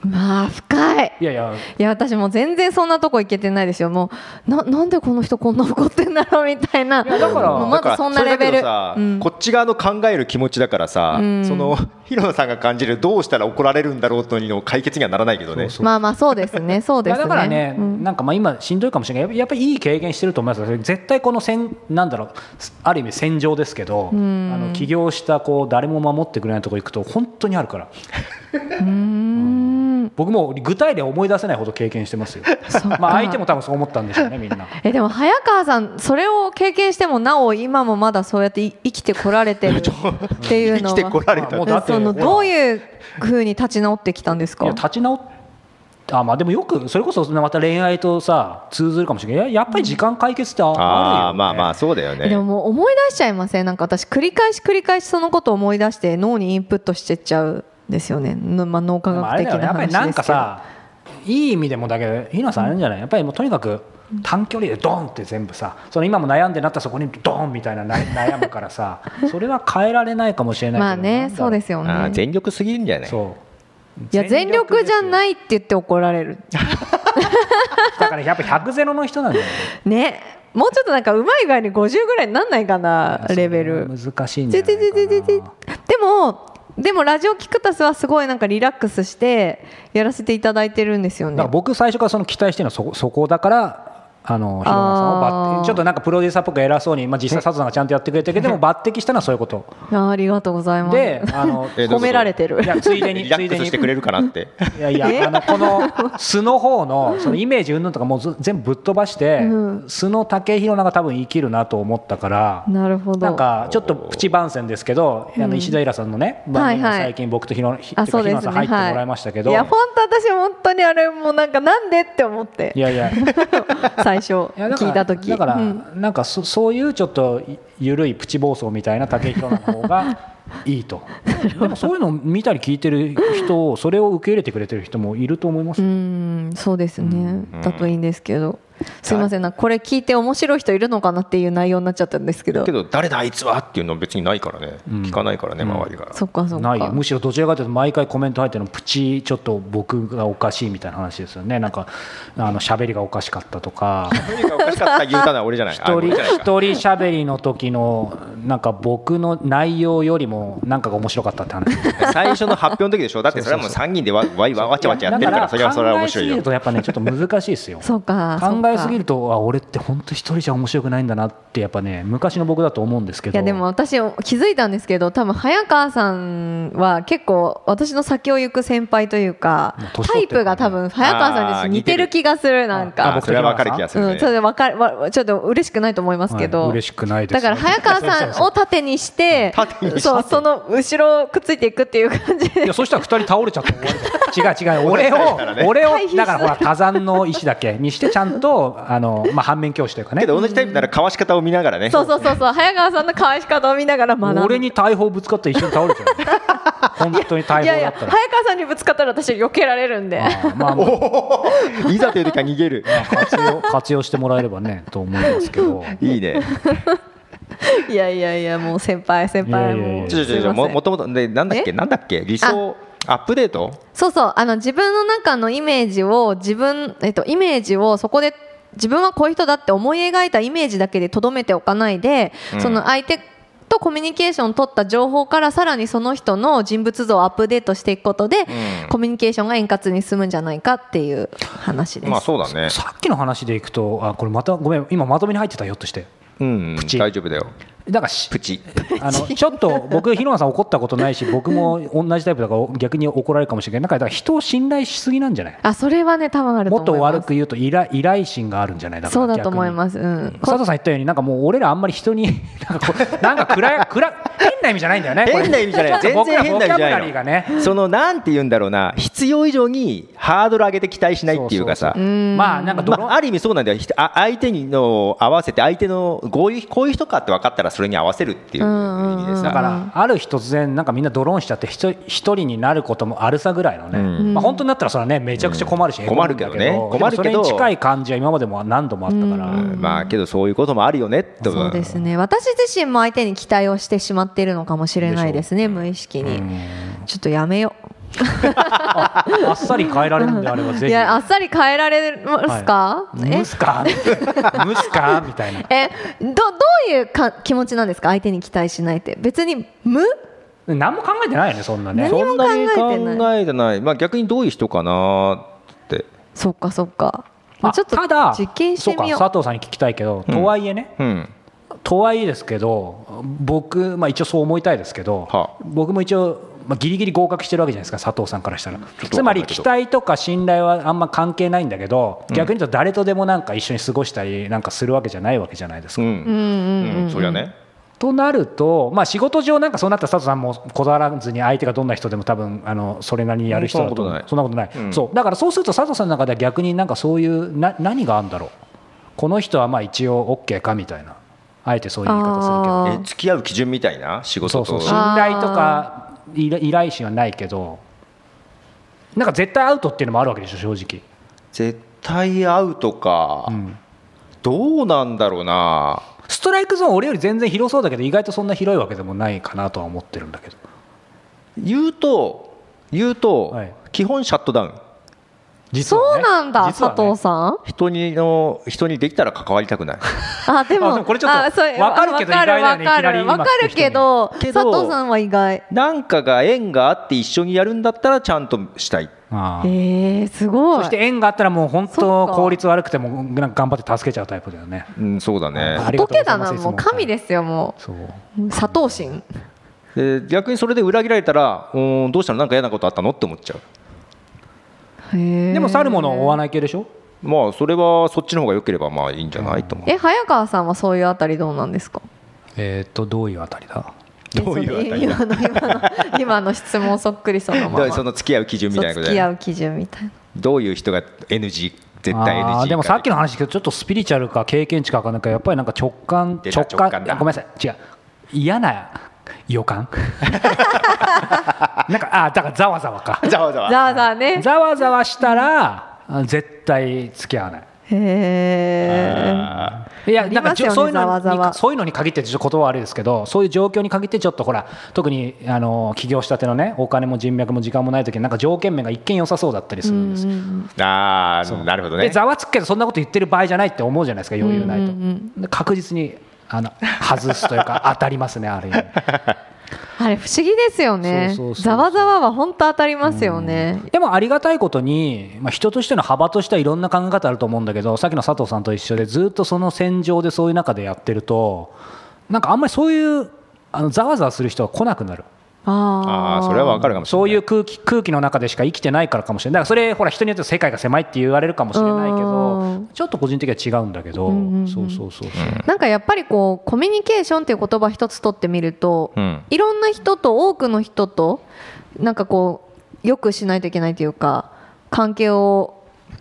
Speaker 2: まあ深い
Speaker 4: いやいや
Speaker 2: いや私もう全然そんなとこ行けてないですよもうななんでこの人こんな怒ってんだろうみたいな
Speaker 4: やだから
Speaker 2: もうまだそんなレベル
Speaker 3: だからそれだけ
Speaker 2: う
Speaker 3: どさ
Speaker 2: ん
Speaker 3: こっち側の考える気持ちだからさ、
Speaker 2: ん
Speaker 3: その広野さんが感じるどうしたら怒られるんだろうというの解決にはならないけどね
Speaker 4: そう
Speaker 2: まあまあそうですねそう
Speaker 4: い
Speaker 2: で
Speaker 4: や
Speaker 2: すね
Speaker 4: だからね、
Speaker 2: うん
Speaker 4: なんかまあ今しんどいかもしれないけどやっぱりいい経験してると思います絶対この戦なんだろうある意味戦場ですけど、あの起業したこう誰も守ってくれないとこ行くと本当にあるから
Speaker 2: うん
Speaker 4: 僕も具体例思い出せないほど経験してますよ
Speaker 2: そっか
Speaker 4: まあ相手も多分そう思ったんでしょうねみんな。
Speaker 2: えでも早川さんそれを経験してもなお今もまだそうやってい生きてこられ てるっていう
Speaker 3: 生
Speaker 2: の
Speaker 3: き
Speaker 2: は
Speaker 3: てこられた
Speaker 4: もうだって
Speaker 2: その
Speaker 4: ほら
Speaker 2: どういうふうに立ち直ってきたんです
Speaker 4: い
Speaker 2: か
Speaker 4: や立ち直っあまあでもよくそれこそまた恋愛とさ通ずるかもしれないややっぱり時間解決ってあるよ、ね、
Speaker 3: ああまあまあそうだよね
Speaker 2: でももう思い出しちゃいませんなんか私繰り返し繰り返しそのことを思い出して脳にインプットしてっちゃうんですよね、ぬまあ、脳科
Speaker 4: でもあ
Speaker 2: 学
Speaker 4: れ
Speaker 2: 的
Speaker 4: だ
Speaker 2: な
Speaker 4: よねやっぱ
Speaker 2: 話
Speaker 4: りなん
Speaker 2: で
Speaker 4: か
Speaker 2: すけど
Speaker 4: さいい意味でもだけどひなさんあれじゃないやっぱりもうとにかく短距離でドンって全部さその今も悩んでなったらそこにドンみたいなな悩むか らさそれは変えられないかもしれないけど
Speaker 2: まあねそうですすよ
Speaker 3: あー
Speaker 2: ね
Speaker 3: 全力すぎるんじゃない
Speaker 4: そう
Speaker 2: いや全力じゃないいって言って怒られる
Speaker 4: だからやっぱ100ゼロの人なんだよね
Speaker 2: ねもうちょっとなんかうまい具合に50ぐらいになんないかなレベル
Speaker 4: それは難しいんじゃ
Speaker 2: で
Speaker 4: な
Speaker 2: で
Speaker 4: いかな
Speaker 2: でででででもでもラジオキクタスはすごいなんかリラックスしてやらせていただいてるんですよ
Speaker 4: だ
Speaker 2: ね
Speaker 4: から僕最初からその期待してるのはそこそこだからあのヒロナさんを抜
Speaker 2: あー
Speaker 4: 擢ちょっとなんかプロデューサーっぽく偉そうに、まあ、実際佐藤さんがちゃんとやってくれてるけどでも抜擢したのはそういうこと
Speaker 2: あーありがとうございます
Speaker 4: であの
Speaker 3: えどう
Speaker 2: 褒
Speaker 3: ぞ
Speaker 2: められてる
Speaker 4: いやついでに
Speaker 3: リラ
Speaker 4: つ
Speaker 3: ッ
Speaker 4: い
Speaker 3: ク
Speaker 4: で
Speaker 3: ス
Speaker 4: に
Speaker 3: してくれるかなって
Speaker 4: いやいやあのこの素の方のそのイメージ云々とかもうず全部ぶっ飛ばして、
Speaker 2: うん
Speaker 4: 素の武宏が多分生きるなと思ったから。
Speaker 2: なるほど
Speaker 4: なんかちょっとプチ番宣ですけど、あの石平さんのね、番組も最近僕とひろ、ひ
Speaker 2: あ
Speaker 4: て
Speaker 2: そ
Speaker 4: か
Speaker 2: う
Speaker 4: ひ
Speaker 2: で
Speaker 4: ろ
Speaker 2: す
Speaker 4: な
Speaker 2: ね
Speaker 4: さん入ってもらいましたけど、
Speaker 2: はい、いや本当私本当にあれもうなんかなんでって思って
Speaker 4: いや いや、
Speaker 2: 最初
Speaker 4: いやだ
Speaker 2: 聞
Speaker 4: から
Speaker 2: いた時
Speaker 4: だから、
Speaker 2: うん
Speaker 4: なんかそそういうちょっとゆるいプチ暴走みたいな武井宏の方 がいいとでもそういうのを見たり聞いてる人をそれを受け入れてくれてる人もいると思います
Speaker 2: う
Speaker 4: よ、
Speaker 2: んそうですね、
Speaker 3: うん
Speaker 2: だといいんですけどすいませんなんかこれ聞いて面白い人いるのかなっていう内容になっちゃったんですけど
Speaker 3: けど誰だあいつはっていうの別にないからね、
Speaker 4: うん
Speaker 3: 聞かないからね
Speaker 4: うん
Speaker 3: 周りが、
Speaker 2: そっかそっか
Speaker 4: ないよむしろどちらかというと毎回コメント入ってるのプチちょっと僕がおかしいみたいな話ですよねなんかあの喋りがおかしかった とか
Speaker 3: 何がおかしかった言うたのは俺じゃない
Speaker 4: 一
Speaker 3: あ
Speaker 4: 人
Speaker 3: 俺
Speaker 4: 一
Speaker 3: じゃないか
Speaker 4: 人喋りの時のなんか僕の内容よりもなんかが面白かったって話
Speaker 3: 最初の発表の時でしょだってそれはもう3人でわわいわわちゃわちゃやってるからそれはそれは面白い
Speaker 4: 考えすぎ
Speaker 3: よ
Speaker 4: るとやっぱねちょっと難しいですよ
Speaker 2: そうか
Speaker 4: 考えすぎ
Speaker 2: る
Speaker 4: るとあ俺って本当一人じゃ面白くないんだなってやっぱね昔の僕だと思うんですけ
Speaker 2: い
Speaker 4: ど
Speaker 2: やでも私気づいたんですけど多分早川さんは結構私の先を行く先輩というか
Speaker 4: もう年
Speaker 2: タ
Speaker 4: 取っ
Speaker 2: イ
Speaker 4: てる
Speaker 2: プが多分早川さんです
Speaker 3: あー
Speaker 2: 似てる気がするなん
Speaker 4: あ
Speaker 2: か
Speaker 3: あそれはわかる気がする
Speaker 2: う
Speaker 3: ね、
Speaker 2: ん、それでわかるわちょっと嬉しくないと思いますけど、
Speaker 4: はい嬉しくないです
Speaker 2: だ
Speaker 4: ね
Speaker 2: から早川さんを盾に して、
Speaker 3: そうそうそう盾にして
Speaker 2: そうその後ろをくっついていくっていう感じ
Speaker 4: い
Speaker 2: で
Speaker 4: や、そしたら二人倒れちゃって終わりだよ 違う違う、俺
Speaker 3: 同じだからね
Speaker 4: を、俺
Speaker 2: 回避す
Speaker 4: を、
Speaker 2: る
Speaker 4: だからほら、火山の石だけにして、ちゃんと、あの、まあ、反面教師というかね
Speaker 3: け。ど同じタイプなら交わし方を見ながらね
Speaker 2: そうそうそうそう早川さんの可愛し方を見ながら学ぶ。
Speaker 4: 俺に大砲ぶつかって一緒に倒れちゃ う。本当
Speaker 2: い
Speaker 4: に大砲
Speaker 2: やい
Speaker 4: だ
Speaker 2: や
Speaker 4: った
Speaker 2: 早
Speaker 4: ら。
Speaker 2: 川さんにぶつかったら私避けられるんで。
Speaker 4: ああまあま あ、
Speaker 3: いざという時は逃げる
Speaker 4: 活用、活用してもらえればね、と思いますけど。
Speaker 3: いいね
Speaker 2: いやいやいやもう先輩先輩
Speaker 4: いやいやい
Speaker 2: も
Speaker 4: や
Speaker 2: う。
Speaker 3: ちょちょち
Speaker 2: すい
Speaker 3: ょ
Speaker 2: ませ
Speaker 3: も
Speaker 2: ん
Speaker 3: もともとでなんだっけ
Speaker 2: え
Speaker 3: なんだっけ理想アップデート
Speaker 2: そうそうあの自分の中のイメージを自分、えっと、イメージをそこで自分はこういう人だって思い描いたイメージだけでとどめておかないで、
Speaker 3: うん
Speaker 2: その相手とコミュニケーションを取った情報からさらにその人の人物像をアップデートしていくことで、
Speaker 3: ん
Speaker 2: コミュニケーションが円滑に進むんじゃないかっていう話です。
Speaker 3: まあそうだね
Speaker 4: さっきの話でいくとあこれまたごめん今まとめに入ってたひょっとして
Speaker 3: うん
Speaker 4: プチ
Speaker 3: 大丈夫だよ
Speaker 4: だからし
Speaker 3: プチ
Speaker 4: あのちょっと僕、広間さん怒ったことないし、僕も同じタイプだから、逆に怒られるかもしれない、なんかだから人を信頼しすぎなんじゃない
Speaker 2: あそれはね多分あると
Speaker 4: もっ
Speaker 2: 思います。
Speaker 4: と悪く言うと依頼、依頼心があるんじゃないだから
Speaker 2: そうだと思い
Speaker 4: す
Speaker 2: ます。うん。
Speaker 4: 佐藤さん言ったように、なんかもう俺らあんまり人に、 なんかこう、なんか暗い、暗い、変な意味じゃないんだよね、これ
Speaker 3: 変な意味じゃない全然変な意味じゃない
Speaker 4: 僕らボキャブラリーがね
Speaker 3: のそのなんて言うんだろうな必要以上にハードル上げて期待しないっていうかさ
Speaker 4: そまあ、なん
Speaker 3: ま
Speaker 4: かドローン
Speaker 3: あ、ある意味そうなんだよひあ相手の合わせて相手のこういうこういう人かって分かったらそれに合わせるっていう意味でさ
Speaker 4: だから、ある日突然、なんかみんなドローンしちゃって、ひと一人になることもあるさぐらいのね、
Speaker 3: うん
Speaker 4: まあ、本当になったら、それはね、めちゃくちゃ困るし、
Speaker 3: うん
Speaker 4: へこむんだ
Speaker 3: 困るけどね困るけど
Speaker 4: でもそれに近い感じは今までも何度もあったから、
Speaker 3: うんまあけどそういうこともあるよねと
Speaker 2: そうですね。私自身も相手に期待をしてしまっているのかもしれないですね。無意識に。ちょっとやめよう。
Speaker 4: ああっさり変えられるんであれば、ぜ
Speaker 2: い
Speaker 4: ひ。
Speaker 2: やあっさり変えられますか？
Speaker 4: はい
Speaker 2: え
Speaker 4: む すかむすかみたいな。
Speaker 2: えどどういうか気持ちなんですか相手に期待しないって別に無
Speaker 4: 何も考えてないよね、そんなね。
Speaker 2: 何
Speaker 3: そ
Speaker 2: も
Speaker 3: ん
Speaker 2: 考
Speaker 3: な
Speaker 2: え
Speaker 3: に
Speaker 2: てない
Speaker 3: 考えてない、まあ、逆にどういう人かなって、
Speaker 2: そっかそっか、まあ
Speaker 4: あ
Speaker 2: ちょっと
Speaker 4: ただ
Speaker 2: 実験してみよう
Speaker 4: そうか佐藤さんに聞きたいけど、とはいえね、
Speaker 3: うん、
Speaker 4: とはいえですけど、僕、まあ、一応そう思いたいですけど、
Speaker 3: はあ
Speaker 4: 僕も一応、まあ、ギリギリ合格してるわけじゃないですか、佐藤さんからしたら。
Speaker 3: けど
Speaker 4: つまり、期待とか信頼はあんま関係ないんだけど、逆に言うと、誰とでもなんか一緒に過ごしたりなんかするわけじゃないわけじゃないです
Speaker 3: う
Speaker 4: か。
Speaker 2: うん
Speaker 3: ん、
Speaker 2: うんうん、
Speaker 3: うん、そりゃね、
Speaker 4: となると、まあ、仕事上、なんかそうなったら佐藤さんもこだわらずに、相手がどんな人でも多分あのそれなりにやる人だと思う、
Speaker 3: うん
Speaker 4: そ
Speaker 3: そ
Speaker 4: んなことない、
Speaker 3: うん
Speaker 4: そうだからそうすると、佐藤さんの中では逆になんかそういうな、何があるんだろう、この人はまあ一応 OK かみたいな、あえてそういう言い方するけど
Speaker 2: あ、ー
Speaker 3: え付き合う基準みたいな仕
Speaker 4: そ
Speaker 3: 事
Speaker 4: うそう
Speaker 3: と
Speaker 4: 信頼とか依頼依頼心はないけど、なんか絶対アウトっていうのもあるわけでしょ、正直。
Speaker 3: 絶対会うとか、
Speaker 4: うん
Speaker 3: どうなんだろうな
Speaker 4: ストライクゾーン、俺より全然広そうだけど、意外とそんな広いわけでもないかなとは思ってるんだけど、
Speaker 3: 言うと言うと、
Speaker 4: はい
Speaker 3: 基本シャットダウン
Speaker 4: 実は
Speaker 2: そう
Speaker 4: ね
Speaker 2: なんだ、
Speaker 4: 実はね
Speaker 2: 佐藤さん
Speaker 3: 人にの人にできたら関わりたくない
Speaker 2: あでも
Speaker 4: あでもこれちょっと
Speaker 2: あそう
Speaker 4: わかるけど
Speaker 2: わ
Speaker 4: 意外だよね
Speaker 2: わか
Speaker 4: いきなり
Speaker 2: る
Speaker 4: 今
Speaker 2: わかるけど
Speaker 3: 聞く人に
Speaker 2: 佐藤さんは意外
Speaker 3: なんかが縁があって一緒にやるんだったらちゃんとしたい
Speaker 4: あー
Speaker 2: えー、すごい
Speaker 4: そして縁があったらもう本
Speaker 2: そ
Speaker 4: 当
Speaker 2: っか
Speaker 4: 効率悪くてもなんか頑張って助けちゃうタイプだよね。
Speaker 3: うんそうだね
Speaker 4: ありがとう
Speaker 2: 仏
Speaker 4: ござ
Speaker 2: だ
Speaker 4: います
Speaker 2: ない
Speaker 4: つ
Speaker 2: もう
Speaker 4: も
Speaker 2: 神ですよも
Speaker 4: そう
Speaker 2: う佐藤神
Speaker 3: で逆にそれで裏切られたらうーんどうしたのなんか嫌なことあったのって思っちゃう
Speaker 4: で
Speaker 2: で
Speaker 4: も去るものを追わない系でしょ
Speaker 3: まあそれはそっちの方が良ければまあいいんじゃないと思う
Speaker 2: え早川さんはそういうあたりどうなんですか
Speaker 4: えっとどういうあたりだ
Speaker 3: どういうあたり
Speaker 2: えそれ今の今の今の質問そっくりそ のま
Speaker 3: だ
Speaker 2: ま
Speaker 3: その付き合う基準み
Speaker 2: そ
Speaker 3: たいうなこ
Speaker 2: 付
Speaker 3: と
Speaker 2: き
Speaker 3: で
Speaker 2: 合う基準みたいな
Speaker 3: どういう人が NG 絶対 NG
Speaker 4: あ
Speaker 3: か
Speaker 4: ーでもさっきの話だけどちょっとスピリチュアルか経験値か分かんないからやっぱりなんか直感
Speaker 3: 出た
Speaker 4: 直
Speaker 3: 直
Speaker 4: 感
Speaker 3: 感だ
Speaker 4: ごめんなさい違う嫌な予 感なんかあーだからざわざわか
Speaker 3: ざわざわ
Speaker 2: ざわざわね
Speaker 4: ざわざわしたらあ絶対付き合わない
Speaker 2: へえ
Speaker 3: あー
Speaker 4: いや、
Speaker 2: あり
Speaker 4: なんか
Speaker 2: ます
Speaker 4: じょ
Speaker 2: よね
Speaker 4: そういうのに
Speaker 2: ざわざわ
Speaker 4: そういうのに限って、ちょっと言葉悪いですけど、そういう状況に限って、ちょっとほら、特にあの起業したてのね、お金も人脈も時間もないときに、なんか条件面が一見良さそうだったりするんですよ。
Speaker 3: あーなるほど
Speaker 4: で、
Speaker 3: ね
Speaker 4: ざわつくけど、そんなこと言ってる場合じゃないって思うじゃないですか、余裕ないと。で確実にあの外すとい うか、当たりますね、ある意味。
Speaker 2: あれ不思議ですよね
Speaker 4: そうそうそ
Speaker 2: ざ
Speaker 4: う
Speaker 2: わざわは本当当たりますよね
Speaker 4: でもありがたいことに、まあ、人としての幅としてはいろんな考え方あると思うんだけどさっきの佐藤さんと一緒でずっとその戦場でそういう中でやってるとなんかあんまりそういうあのざわざわする人は来なくなる
Speaker 2: あ
Speaker 3: あ
Speaker 2: あ
Speaker 3: あそれはわかるかもしれ
Speaker 4: そ
Speaker 3: な
Speaker 4: う
Speaker 3: い
Speaker 4: いう空気空気の中でしか生きてないからかもしれないだからそれほら人によって世界が狭いって言われるかもしれないけ
Speaker 2: う
Speaker 4: ど
Speaker 2: ん
Speaker 4: ちょっと個人的には違うんだけど
Speaker 2: うんうんうん
Speaker 4: そうそうそうそう
Speaker 2: なんかやっぱりこうコミュニケーションっていう言葉一つ取ってみると、
Speaker 3: うん
Speaker 2: いろんな人と多くの人となんかこうよくしないといけないというか関係を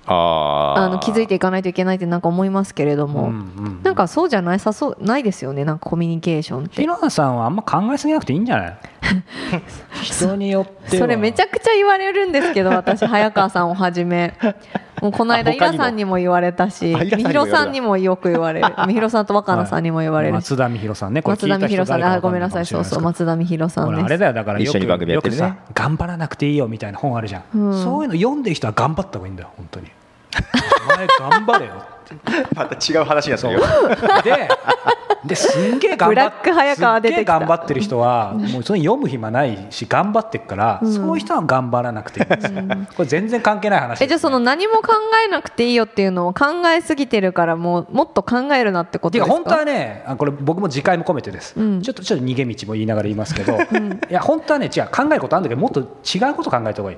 Speaker 3: あー
Speaker 2: あの築いていかないといけないってなんか思いますけれど
Speaker 4: うん
Speaker 2: も、
Speaker 4: うん
Speaker 2: なんかそうじゃないさそうないですよねなんかコミュニケーションって
Speaker 4: 平野さんはあんま考えすぎなくていいんじゃない人によっては
Speaker 2: それめちゃくちゃ言われるんですけど私早川さんをはじめもうこの間
Speaker 3: あ
Speaker 2: イ
Speaker 3: 他にも
Speaker 2: ラさんにも言われたし
Speaker 3: あイラ
Speaker 2: み
Speaker 3: さんにも
Speaker 2: ひ
Speaker 3: 言
Speaker 2: ろさんにもよ
Speaker 3: われた
Speaker 2: く言われるみひろさんと若菜さんにも言われるし、
Speaker 4: 松田美弘さんねこれ
Speaker 2: 松
Speaker 4: 聞
Speaker 2: 田
Speaker 4: い
Speaker 2: 美
Speaker 4: た人
Speaker 2: 弘さん
Speaker 4: 誰
Speaker 2: ねあ
Speaker 4: か
Speaker 2: ごめん
Speaker 4: わ
Speaker 2: な
Speaker 4: か
Speaker 2: さい
Speaker 4: ん
Speaker 2: そうそう
Speaker 4: ないかもしれないですけど
Speaker 2: 松田美弘さ
Speaker 4: ほ
Speaker 2: ん
Speaker 4: らあれ
Speaker 2: です
Speaker 4: だよだからよ
Speaker 3: 一緒に番
Speaker 4: く
Speaker 3: 組や
Speaker 4: よ
Speaker 3: って
Speaker 4: く
Speaker 3: るね
Speaker 4: さ頑張らなくていいよみたいな本あるじゃん、
Speaker 2: うん
Speaker 4: そういうの読んでる人は頑張った方がいいんだよ本当にお前頑張れよって
Speaker 3: また違う話やった
Speaker 4: そう
Speaker 3: よ。
Speaker 4: でですんげえ頑
Speaker 2: ブ
Speaker 4: 張
Speaker 2: ラ
Speaker 4: っ
Speaker 2: ック早川出てきた
Speaker 4: すっげえ頑張ってる人はもうそれ読む暇ないし頑張ってっから、
Speaker 2: うん
Speaker 4: そういう人は頑張らなくていいんですよ、これ全然関係ない話です
Speaker 2: えじゃあその何も考えなくていいよっていうのを考えすぎてるからもうもっと考えるなってこと
Speaker 4: て
Speaker 2: で
Speaker 4: か
Speaker 2: すか
Speaker 4: 本当はねあこれ僕も次回も込めてです、
Speaker 2: うん
Speaker 4: ちょっとちょっと逃げ道も言いながら言いますけど、いや本当はね違う考えることあるんだけどもっと違うこと考えた方 がいい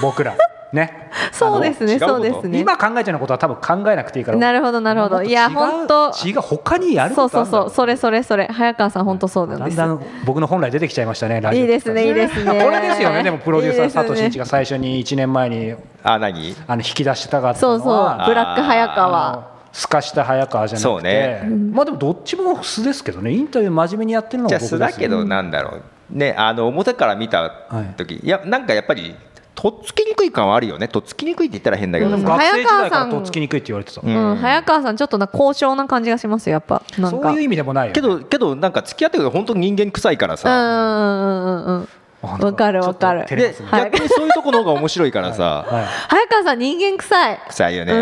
Speaker 4: 僕らね
Speaker 2: そうですね
Speaker 3: あ
Speaker 2: そ
Speaker 3: の
Speaker 2: う
Speaker 3: 違う
Speaker 2: で
Speaker 3: こと
Speaker 2: すね
Speaker 4: 今考えてるようなことは多分考えなくていいから
Speaker 2: なるほどなるほど
Speaker 4: もっと違う
Speaker 2: いや本当
Speaker 4: 違う他にやる
Speaker 2: そ
Speaker 4: こ
Speaker 2: う
Speaker 4: と
Speaker 2: そ
Speaker 4: あ
Speaker 2: う
Speaker 4: るんだ
Speaker 2: そうそれそれそれ早川さん本当そうな
Speaker 4: だ
Speaker 2: ん
Speaker 4: ん
Speaker 2: です
Speaker 4: だん僕の本来出てきちゃいましたねラジオ
Speaker 2: いいですねいいですね
Speaker 4: これですよねでもプロデューサ
Speaker 2: いい
Speaker 4: ー
Speaker 2: ですね
Speaker 4: 佐藤真一が最初に1年前に
Speaker 3: あ、何？
Speaker 4: あの引き出したかったの
Speaker 2: そ
Speaker 4: は
Speaker 2: うそうブラック早川
Speaker 4: すかした早川じゃな
Speaker 3: そ
Speaker 4: く
Speaker 3: う
Speaker 4: て、
Speaker 3: ね
Speaker 4: まあでもどっちも素ですけどねインタビュー真面目にやってるの
Speaker 3: じゃ
Speaker 4: が
Speaker 3: あ
Speaker 4: 僕
Speaker 3: 素
Speaker 4: で
Speaker 3: だ
Speaker 4: すよ
Speaker 3: けどなんだろうねあの表から見た時、い、やなんかやっぱりとっつきにくい感はあるよねとっつきにくいって言ったら変だけど
Speaker 2: う
Speaker 3: さ、
Speaker 2: ん
Speaker 4: 学生時代
Speaker 2: 早川
Speaker 4: か
Speaker 2: さ
Speaker 4: ら
Speaker 2: ん
Speaker 4: とっつきにくいって言われてた、
Speaker 3: うん
Speaker 2: うん、早川さんちょっとな高尚な感じがしますよやっぱなん
Speaker 4: そ
Speaker 2: か
Speaker 4: ういう意味でもないよね
Speaker 3: けどけどなんか付き合ってるけど本当に人間臭いか
Speaker 2: う
Speaker 3: ら
Speaker 2: ん
Speaker 3: さ、
Speaker 2: うんうんうんうん
Speaker 4: あなん
Speaker 2: わかるわかる
Speaker 4: ちょっと照れま
Speaker 3: です
Speaker 4: ね
Speaker 2: はい
Speaker 3: 逆にそういうとこの方が面白いからさ、
Speaker 4: はい
Speaker 2: 早川さん人間臭い
Speaker 3: 臭いよね、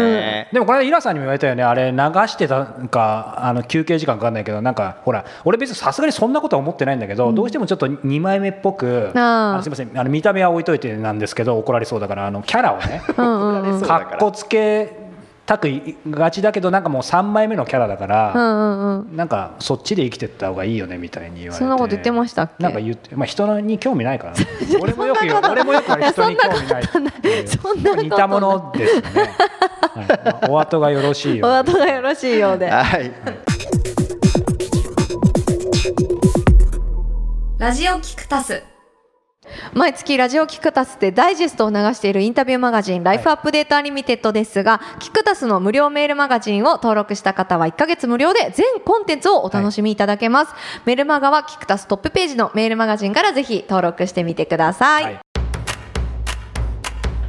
Speaker 4: でもこの間イラさんにも言われたよねあれ流してたんかあの休憩時間かかんないけどなんかほら俺別にさすがにそんなことは思ってないんだけど、どうしてもちょっと2枚目っぽく
Speaker 2: あー
Speaker 4: あのすみませんあの見た目は置いといてなんですけど怒られそうだからあのキャラをね
Speaker 2: うんうんうん
Speaker 3: そう
Speaker 4: か
Speaker 3: だか
Speaker 4: っ
Speaker 3: ら
Speaker 4: こつけたくいがちだけどなんかもう3枚目のキャラだか
Speaker 2: う
Speaker 4: ら、
Speaker 2: んうんうん
Speaker 4: なんかそっちで生きてった方がいいよねみたいに言われて
Speaker 2: そんなこと言ってましたっけ
Speaker 4: なんか言って、まあ、人のに興味ないからね俺もよく言う
Speaker 2: そんなこと
Speaker 4: 俺もよくあれ人に興味ない
Speaker 2: そんなことないそんなことない
Speaker 4: 似たものですよね、はいまあお後がよろしいよう
Speaker 2: お
Speaker 4: で
Speaker 2: 後がよろしいようで
Speaker 3: はい、
Speaker 2: ラジオキクタス毎月ラジオキクタスでダイジェストを流しているインタビューマガジン「ライフアップデートアリミテッド」ですが、キクタスの無料メールマガジンを登録した方は1ヶ月無料で全コンテンツをお楽しみいただけます、メルマガはキクタストップページのメールマガジンからぜひ登録してみてください、
Speaker 4: はい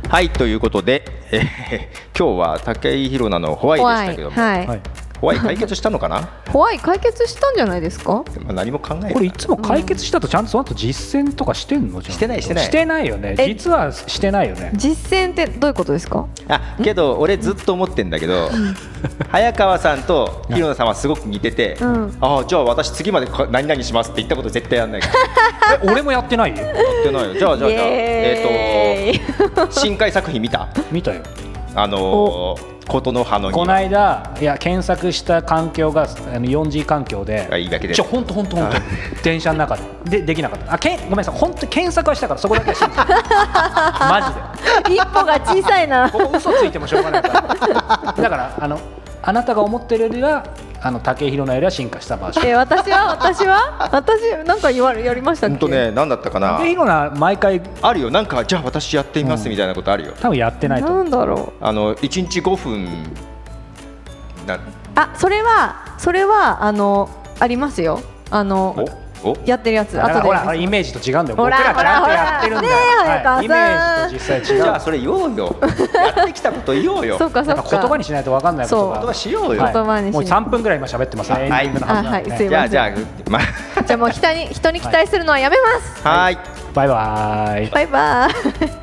Speaker 3: はい、ということで、えー今日は武井宏奈のホワイでしたけどもホワイ,、
Speaker 2: はい、
Speaker 4: はい、
Speaker 3: 解決したのかなま
Speaker 2: 怖い解決したんじゃないですか
Speaker 3: あ何も考え
Speaker 4: こ
Speaker 3: て
Speaker 4: れ
Speaker 3: ない
Speaker 4: いつも解決したとちゃんとその後実践とかしてんのじゃん
Speaker 3: してないしてない
Speaker 4: してないよね
Speaker 2: え
Speaker 4: 実はしてないよね
Speaker 2: 実践ってどういうことですか
Speaker 3: あけど俺ずっと思ってんだけど早川さんと宏奈さんはすごく似てて、
Speaker 2: うん
Speaker 3: ああじゃあ私次までこ何々しますって言ったこと絶対やんないからや
Speaker 4: え俺もやってないよ
Speaker 3: ってないよじゃあじゃあじゃあえっ、
Speaker 2: えーと
Speaker 3: と深海作品見た
Speaker 4: 見たよ
Speaker 3: あのー琴の葉の
Speaker 4: こ
Speaker 3: 庭
Speaker 4: の間いや検索した環境があの 4G 環境で
Speaker 3: あいいだけで
Speaker 4: ちょ本当本当本当電車の中ででできなかったあけんごめんなさい本当検索はしたからそこだけは信じて マジで
Speaker 2: 一歩が小さいな
Speaker 4: ここ嘘ついてもしょうがないからだからあのあなたが思ってるよりはあの竹広のよりは進化したバージョン
Speaker 2: え私は私は私なんか言われやりましたっけ
Speaker 3: 本当ね何だったかな
Speaker 4: 竹広な毎回
Speaker 3: あるよなんかじゃあ私やってみますみたいなことあるよ、
Speaker 4: 多分やってないと思う
Speaker 2: なんだろう
Speaker 3: あの1日5分な
Speaker 2: あそれはそれはあのありますよあの
Speaker 3: おお
Speaker 2: やってるやつ
Speaker 4: だから
Speaker 2: 後で
Speaker 4: ほらほらイメージと違うんだよ
Speaker 2: ほ
Speaker 4: 僕
Speaker 2: ら
Speaker 4: らちゃんとやってるんだよ、
Speaker 2: ほらほら
Speaker 4: は
Speaker 2: ねえ
Speaker 4: いイメ
Speaker 2: 早川さん
Speaker 4: ージと実際違
Speaker 3: じ
Speaker 4: う
Speaker 3: ゃあそれ言おうよやってきたこと言おう よ
Speaker 2: そうかそ
Speaker 4: や
Speaker 2: う
Speaker 4: っぱ
Speaker 2: か
Speaker 4: 言葉にしないと分かんないことが
Speaker 3: 言葉しようよ、
Speaker 2: はい言葉にし
Speaker 4: もう3分ぐらい今喋ってますね、
Speaker 3: はい
Speaker 4: エンディングの話なんでね
Speaker 2: あはいすいません
Speaker 3: じゃあじゃあ、ま
Speaker 2: じゃあもう人に人に期待するのはやめます、
Speaker 3: あ、はい
Speaker 4: バイバーイ
Speaker 2: バイバイ